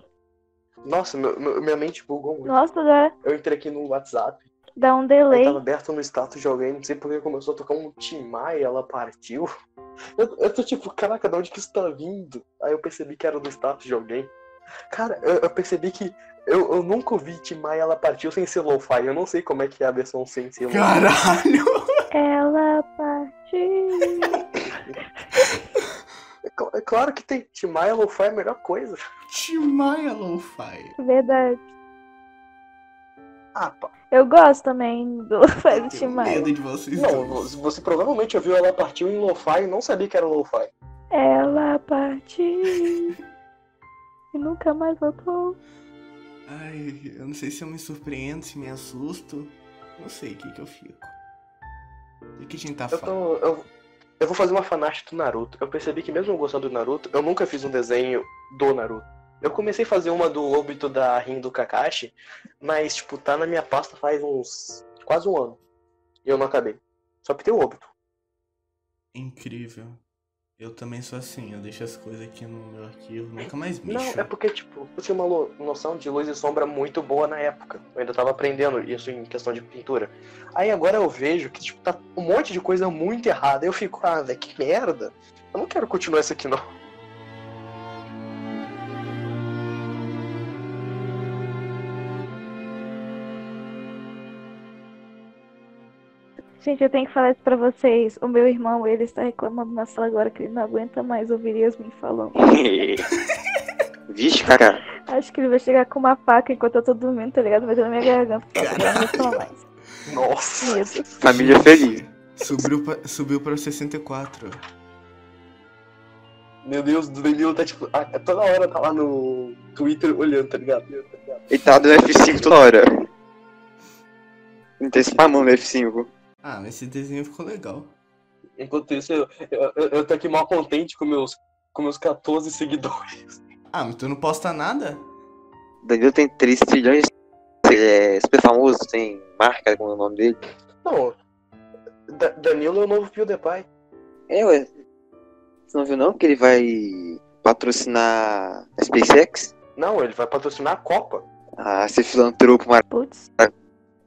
[SPEAKER 3] Nossa, meu- meu- minha mente bugou muito.
[SPEAKER 4] Nossa, dá,
[SPEAKER 3] Eu entrei aqui no WhatsApp,
[SPEAKER 4] dá um
[SPEAKER 3] aí
[SPEAKER 4] delay.
[SPEAKER 3] tava aberto no status de alguém, não sei porque começou a tocar um Tim Maia e ela partiu. <laughs> Eu, eu tô tipo, caraca, de onde que isso tá vindo? Aí eu percebi que era do status de alguém. Cara, eu, eu percebi que eu, eu nunca ouvi Tim Maia e ela partiu sem ser lo-fi. Eu não sei como é que é a versão sem ser lo-fi.
[SPEAKER 1] Caralho! <laughs>
[SPEAKER 4] Ela partiu. <laughs>
[SPEAKER 3] É cl- É claro que tem Tim Maia lo-fi é a melhor coisa.
[SPEAKER 1] Timaya Lo-Fi.
[SPEAKER 4] Verdade.
[SPEAKER 3] Ah, pá.
[SPEAKER 4] Eu gosto também do <laughs> Fábio
[SPEAKER 1] Tenho
[SPEAKER 4] Timaya.
[SPEAKER 1] medo de vocês.
[SPEAKER 3] Não,
[SPEAKER 1] dois.
[SPEAKER 3] vo- você provavelmente ouviu ela partiu em lo-fi e não sabia que era lo-fi.
[SPEAKER 4] Ela partiu. E nunca mais voltou.
[SPEAKER 1] Ai, eu não sei se eu me surpreendo, se me assusto. Não sei o que que eu fico. O que que a gente tá
[SPEAKER 3] Eu
[SPEAKER 1] falando?
[SPEAKER 3] tô. Eu, eu vou fazer uma fanart do Naruto. Eu percebi que mesmo eu gostando do Naruto, eu nunca fiz um desenho do Naruto. Eu comecei a fazer uma do Obito da Rin do Kakashi, mas, tipo, tá na minha pasta faz uns. quase um ano. E eu não acabei. Só que tem o Obito.
[SPEAKER 1] Incrível. Eu também sou assim, eu deixo as coisas aqui no meu arquivo, nunca mais mexo.
[SPEAKER 3] Não, é porque, tipo, eu tinha uma lo- noção de luz e sombra muito boa na época. Eu ainda tava aprendendo isso em questão de pintura. Aí agora eu vejo que, tipo, tá um monte de coisa muito errada. Eu fico, ah, velho, que merda. Eu não quero continuar isso aqui, não. <laughs>
[SPEAKER 4] Gente, eu tenho que falar isso pra vocês. O meu irmão, ele está reclamando na sala agora que ele não aguenta mais ouvir Yasmin falando.
[SPEAKER 2] Vixe, cara.
[SPEAKER 4] Acho que ele vai chegar com uma faca enquanto eu tô dormindo, tá ligado? Vai ter na minha garganta. Só que eu não vou falar mais.
[SPEAKER 3] Nossa.
[SPEAKER 4] Medo.
[SPEAKER 2] Família
[SPEAKER 3] é
[SPEAKER 2] feliz.
[SPEAKER 1] Subiu pra, subiu pra 64.
[SPEAKER 3] Meu Deus, o Danilo tá tipo. a- Toda hora tá lá no Twitter olhando, tá ligado?
[SPEAKER 2] Ele tá no F5 toda hora. Não tem spamão no F5.
[SPEAKER 1] Ah, mas esse desenho ficou legal.
[SPEAKER 3] Enquanto isso, eu, eu, eu- eu tô aqui mal contente com meus, com meus 14 seguidores.
[SPEAKER 1] Ah, mas tu não posta
[SPEAKER 3] <laughs>
[SPEAKER 1] nada?
[SPEAKER 2] Danilo tem 3 trilhões. Ele é super famoso, tem marca com o nome dele.
[SPEAKER 3] Não. Da- Danilo é o novo Pio Pai.
[SPEAKER 2] É, ué. Você não viu não que ele vai patrocinar a SpaceX?
[SPEAKER 3] Não, ele vai patrocinar a <laughs> Copa.
[SPEAKER 2] Ah, esse filantropo maravilhoso.
[SPEAKER 4] Putz.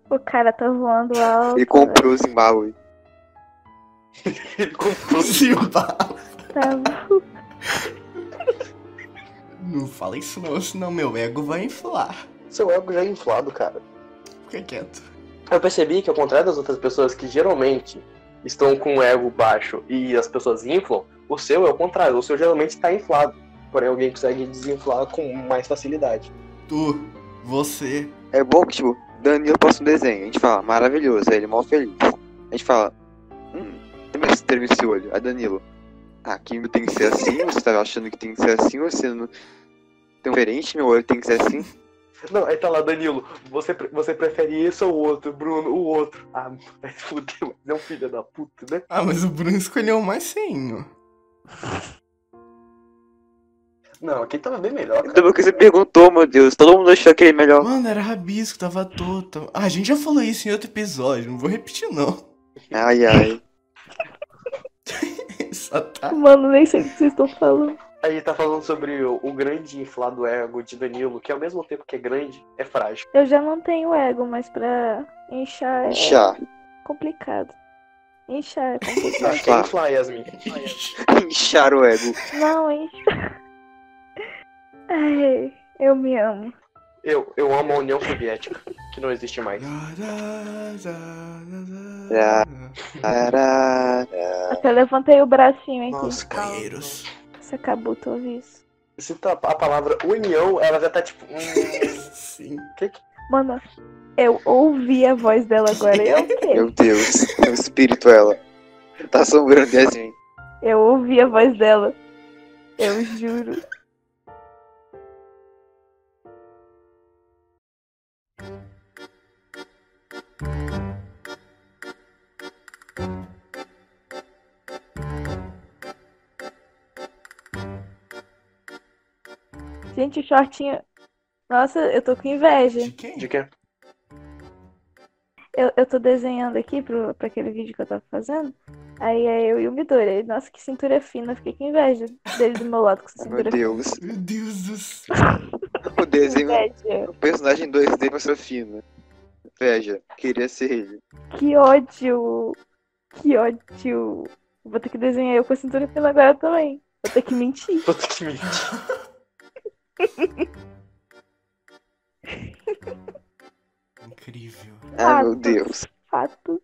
[SPEAKER 4] O cara tá voando alto.
[SPEAKER 2] Ele comprou o Zimbabwe.
[SPEAKER 3] Ele comprou.
[SPEAKER 1] Zimbabwe.
[SPEAKER 4] velho. Tá vo-
[SPEAKER 1] Não fala isso não, senão meu ego vai inflar.
[SPEAKER 3] Seu ego já é inflado, cara.
[SPEAKER 1] Fica quieto.
[SPEAKER 3] Eu percebi que, ao contrário das outras pessoas que geralmente estão com o ego baixo e as pessoas inflam, o seu é o contrário. O seu geralmente tá inflado. Porém, alguém consegue desinflar com mais facilidade.
[SPEAKER 1] Tu, você,
[SPEAKER 2] É bom que, tipo, Danilo posta um desenho. A gente fala, maravilhoso. Aí ele é mó feliz. A gente fala, hum, tem mais termo esse olho. Aí Danilo, ah, aqui tem que ser assim. Você tá achando que tem que ser assim? Você não. Tem um diferente, meu olho tem que ser assim.
[SPEAKER 3] Não, aí tá lá, Danilo, você, pre- você prefere esse ou o outro? Bruno, o outro. Ah, vai se fuder, <laughs> mas é um filho da puta, né?
[SPEAKER 1] Ah, mas o Bruno escolheu o mais feinho.
[SPEAKER 3] Não, aqui tava bem melhor, cara.
[SPEAKER 2] Também que você perguntou, meu Deus. Todo mundo achou aquele melhor.
[SPEAKER 1] Mano, era rabisco, tava todo. tava- Ah, a gente já falou isso em outro episódio, não vou repetir não. <laughs>
[SPEAKER 2] Ai, ai.
[SPEAKER 1] Só tá.
[SPEAKER 4] Mano, nem sei o que vocês estão falando.
[SPEAKER 3] Aí tá falando sobre o, o grande inflado ego de Danilo, que ao mesmo tempo que é grande, é frágil.
[SPEAKER 4] Eu já não tenho ego, mas pra inchar é
[SPEAKER 2] Inchar.
[SPEAKER 4] complicado. Inchar é
[SPEAKER 3] Eu
[SPEAKER 4] complicado.
[SPEAKER 3] Acho que é
[SPEAKER 2] Tá.
[SPEAKER 3] inflar, Yasmin.
[SPEAKER 2] Inchar o ego.
[SPEAKER 4] <laughs> não, inchar. Ai, eu me amo.
[SPEAKER 3] Eu, eu amo a União Soviética, que não existe
[SPEAKER 4] Ah, é,
[SPEAKER 3] mais.
[SPEAKER 2] Caralho.
[SPEAKER 4] Até levantei o bracinho aqui.
[SPEAKER 1] Os banheiros.
[SPEAKER 4] Você acabou tu ouvir isso.
[SPEAKER 3] Se tá a palavra união, ela já tá tipo. hum,
[SPEAKER 1] Sim.
[SPEAKER 4] Mano, eu ouvi a voz dela agora. Eu o quê?
[SPEAKER 2] Meu Deus, é um espírito ela. Tá assombrando
[SPEAKER 3] é?
[SPEAKER 2] Yasmin.
[SPEAKER 4] Eu ouvi a voz dela. Eu juro. Gente, o shortinho. Nossa, eu tô com inveja.
[SPEAKER 1] De quem?
[SPEAKER 3] de quê?
[SPEAKER 4] Eu, eu tô desenhando aqui pro, pra aquele vídeo que eu tava fazendo. Aí é eu e o Midori. Aí, Nossa, que cintura fina. Fiquei com inveja dele do meu lado com
[SPEAKER 2] Meu
[SPEAKER 4] cintura
[SPEAKER 2] Deus.
[SPEAKER 1] Meu Deus do céu.
[SPEAKER 2] O desenho,
[SPEAKER 4] fina.
[SPEAKER 2] o personagem 2D passou fino. Veja, queria ser ele.
[SPEAKER 4] Que ódio. Que ódio. Vou ter que desenhar eu com a cintura fina agora também. Vou ter que mentir.
[SPEAKER 3] Puta que mentira.
[SPEAKER 1] Incrível.
[SPEAKER 2] Ah, meu
[SPEAKER 4] Fato.
[SPEAKER 2] Deus.
[SPEAKER 4] Fato.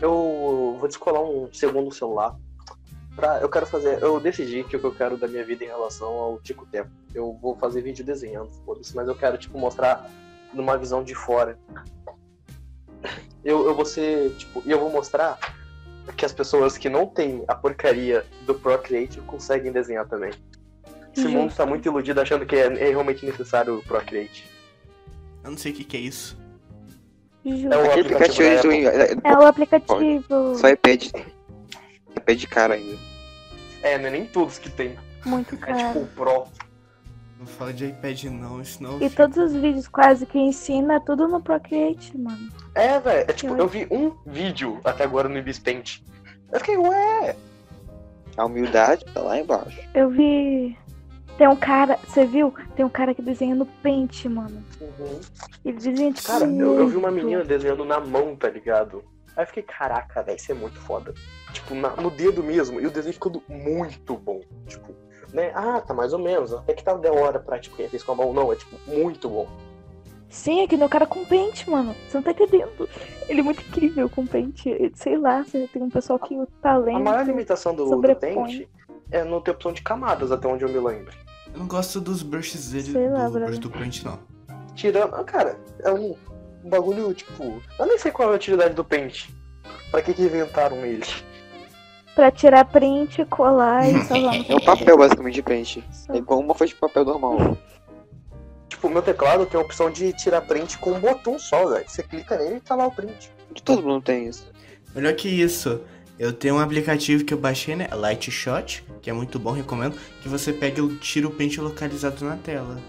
[SPEAKER 3] Eu vou descolar um segundo celular. Pra, eu quero fazer. Eu decidi que o que eu quero da minha vida em relação ao Tico Tempo. Eu vou fazer vídeo desenhando, foda-se, mas eu quero, tipo, mostrar numa visão de fora. Eu, eu vou ser, tipo, e eu vou mostrar que as pessoas que não têm a porcaria do Procreate conseguem desenhar também. Esse
[SPEAKER 4] Justo.
[SPEAKER 3] mundo tá muito iludido achando que é, é realmente necessário o Procreate.
[SPEAKER 1] Eu não sei o que, que é isso.
[SPEAKER 4] Juro.
[SPEAKER 3] É o-
[SPEAKER 2] Aquele aplicativo
[SPEAKER 3] aplicativo
[SPEAKER 2] do,
[SPEAKER 4] É o aplicativo.
[SPEAKER 2] né? só iPad. iPad cara ainda.
[SPEAKER 3] É, não é nem todos que tem.
[SPEAKER 4] Muito
[SPEAKER 3] É tipo
[SPEAKER 4] caro.
[SPEAKER 3] o Pro.
[SPEAKER 1] Não fala de iPad não, senão...
[SPEAKER 4] E todos os vídeos quase que ensina é tudo no Procreate, mano.
[SPEAKER 3] É, velho. É tipo,
[SPEAKER 4] Que
[SPEAKER 3] eu vi um vídeo até agora no Ibispaint. Eu fiquei, ué,
[SPEAKER 2] A humildade tá lá embaixo.
[SPEAKER 4] Eu vi. Tem um cara. Você viu? Tem um cara que desenha no pente, mano. E desenha de
[SPEAKER 3] cara, eu, eu vi uma menina desenhando na mão, tá ligado? Aí eu fiquei, caraca, velho, isso é muito foda. Tipo, na- no dedo mesmo, e o desenho ficando muito bom. Tipo, né? Ah, tá mais ou menos. Até que tá da hora pra, tipo, quem fez com a mão, não. É, tipo, muito bom.
[SPEAKER 4] Sim, é que nem o cara com pente, mano. Você não tá entendendo. Ele é muito incrível com pente. Sei lá, você tem um pessoal que o
[SPEAKER 3] A maior
[SPEAKER 4] talento.
[SPEAKER 3] limitação do, do
[SPEAKER 4] sobrepõe.
[SPEAKER 3] dente é não ter opção de camadas, até onde eu me lembro.
[SPEAKER 1] Eu não gosto dos brushes dele,
[SPEAKER 4] Sei lá,
[SPEAKER 1] do
[SPEAKER 4] Bruno.
[SPEAKER 1] brush do Paint, não.
[SPEAKER 3] Tirando. ah, Cara, é um um bagulho, tipo. Eu nem sei qual é a utilidade do pente. Pra que, que inventaram ele?
[SPEAKER 4] Pra tirar print, colar e salvar.
[SPEAKER 2] É um papel basicamente de pente. É
[SPEAKER 4] no
[SPEAKER 2] igual uma folha de papel normal.
[SPEAKER 3] Tipo, meu teclado tem a opção de tirar print com um botão só, velho. Você clica nele e tá lá o print.
[SPEAKER 2] Todo mundo tem isso.
[SPEAKER 1] Melhor que isso, eu tenho um aplicativo que eu baixei, né? Light Shot, que é muito bom, recomendo. Que você pega e tira o print localizado na tela.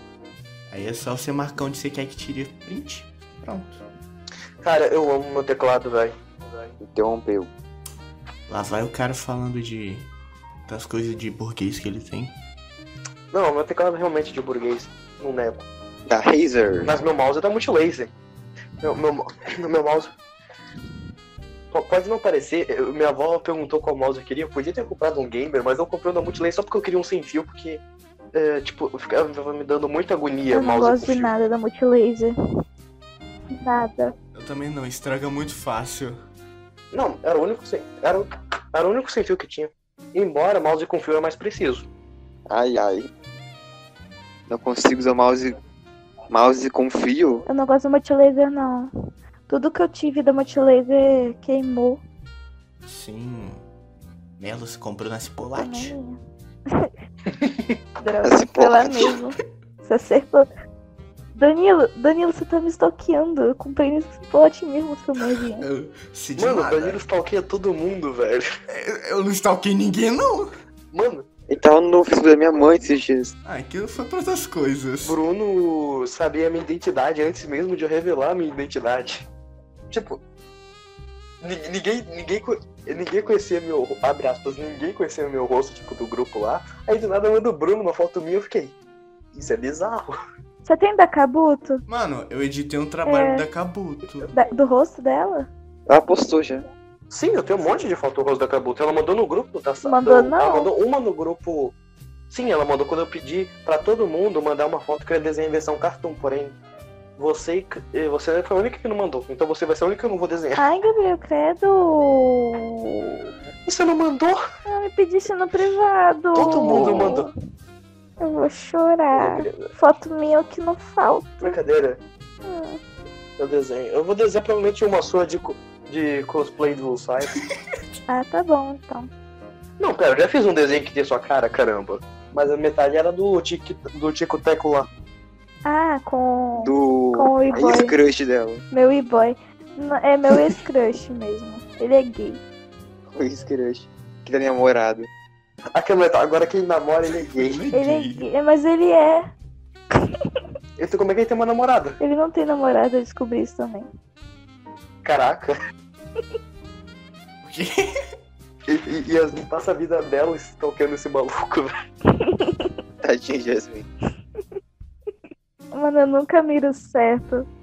[SPEAKER 1] Aí é só você marcar onde você quer que tire o print. Pronto.
[SPEAKER 3] Cara, eu amo meu teclado, velho.
[SPEAKER 2] Interrompeu.
[SPEAKER 1] Lá vai o cara falando de. das coisas de burguês que ele tem.
[SPEAKER 3] Não, meu teclado é realmente de burguês. Não nego.
[SPEAKER 2] Da Razer.
[SPEAKER 3] Mas meu mouse é da Multilaser. Meu, meu, mo- meu mouse. P- Pode não parecer, eu- minha avó perguntou qual mouse eu queria. Eu podia ter comprado um gamer, mas eu comprei um da Multilaser só porque eu queria um sem fio, porque. é, tipo, eu ficava tava me dando muita agonia
[SPEAKER 4] Eu
[SPEAKER 3] o
[SPEAKER 4] não
[SPEAKER 3] mouse
[SPEAKER 4] gosto
[SPEAKER 3] com
[SPEAKER 4] de
[SPEAKER 3] fio.
[SPEAKER 4] nada da Multilaser. Nada.
[SPEAKER 1] Eu também não, estraga muito fácil.
[SPEAKER 3] Não, era o único sem. Era, o- era o único sem fio que tinha. Embora mouse com fio é mais preciso.
[SPEAKER 2] Ai, ai. Não consigo usar mouse. Mouse com fio?
[SPEAKER 4] Eu não gosto da Multilaser, não. Tudo que eu tive da Multilaser queimou.
[SPEAKER 1] Sim. Melo se comprou na
[SPEAKER 4] Tá
[SPEAKER 1] Cipolate.
[SPEAKER 3] <laughs>
[SPEAKER 4] nem aí. Droga,
[SPEAKER 2] Esse
[SPEAKER 4] foi lá
[SPEAKER 2] porra.
[SPEAKER 4] mesmo. Você acertou. Danilo, Danilo, você tá me stalkeando. Eu comprei nesse pote mesmo, seu merdinha.
[SPEAKER 1] Eu, se de
[SPEAKER 3] Mano, o
[SPEAKER 1] nada.
[SPEAKER 3] Danilo stalkeia todo mundo, velho.
[SPEAKER 1] Eu, eu não stalkei ninguém, não.
[SPEAKER 3] Mano,
[SPEAKER 2] Ele tava no Facebook da minha mãe esses dias.
[SPEAKER 1] Ah, aquilo foi pra outras coisas.
[SPEAKER 3] Bruno sabia a minha identidade antes mesmo de eu revelar a minha identidade. Tipo, ni- ninguém, ninguém, co- ninguém conhecia meu, abre aspas, ninguém conhecia meu rosto, tipo, do grupo lá. Aí do nada manda o Bruno uma foto minha, eu fiquei, isso é bizarro.
[SPEAKER 4] Você tem da Cabuto?
[SPEAKER 1] Mano, eu editei um trabalho
[SPEAKER 4] É.
[SPEAKER 1] da Cabuto.
[SPEAKER 4] Da- do rosto dela?
[SPEAKER 2] Ela postou já.
[SPEAKER 3] Sim, eu tenho um monte de foto rosto da Cabuto. Ela mandou no grupo da sala.
[SPEAKER 4] Mandou
[SPEAKER 3] Ela
[SPEAKER 4] não?
[SPEAKER 3] mandou uma no grupo. Sim, ela mandou quando eu pedi pra todo mundo mandar uma foto que eu ia desenhar em versão cartoon, porém. Você, e- eh, você foi a única que não mandou. Então você vai ser a única que eu não vou desenhar.
[SPEAKER 4] Ai, Gabriel, credo!
[SPEAKER 3] E <laughs> você não mandou?
[SPEAKER 4] Ah, me pediste no privado!
[SPEAKER 3] Todo mundo mandou.
[SPEAKER 4] Eu vou chorar. Foto minha é o que não falta.
[SPEAKER 3] Brincadeira. Ah. Eu desenho. Eu vou desenhar provavelmente uma sua de, co- de cosplay do site.
[SPEAKER 4] Ah, tá bom, então.
[SPEAKER 3] <laughs> Não, pera, eu já fiz um desenho que tinha sua cara, caramba. Mas a metade era do, tic, do Tico Teco lá.
[SPEAKER 4] Ah, com
[SPEAKER 2] Do.
[SPEAKER 4] Com o
[SPEAKER 2] A
[SPEAKER 4] e-boy.
[SPEAKER 2] ex-crush dela. <laughs>
[SPEAKER 4] meu e-boy. N- É meu ex-crush mesmo. Ele é gay.
[SPEAKER 2] O ex-crush. Que tá namorado.
[SPEAKER 3] Aquela metade, agora que ele namora, ele é gay.
[SPEAKER 4] Ele é gay, mas ele é.
[SPEAKER 3] Então como é que ele tem uma namorada?
[SPEAKER 4] Ele não tem namorada, eu descobri isso também.
[SPEAKER 3] Caraca.
[SPEAKER 1] O quê?
[SPEAKER 3] E, e, e as- passa a vida dela stalkeando esse maluco, velho.
[SPEAKER 2] Tadinha, Jasmine.
[SPEAKER 4] Mano, eu nunca miro certo.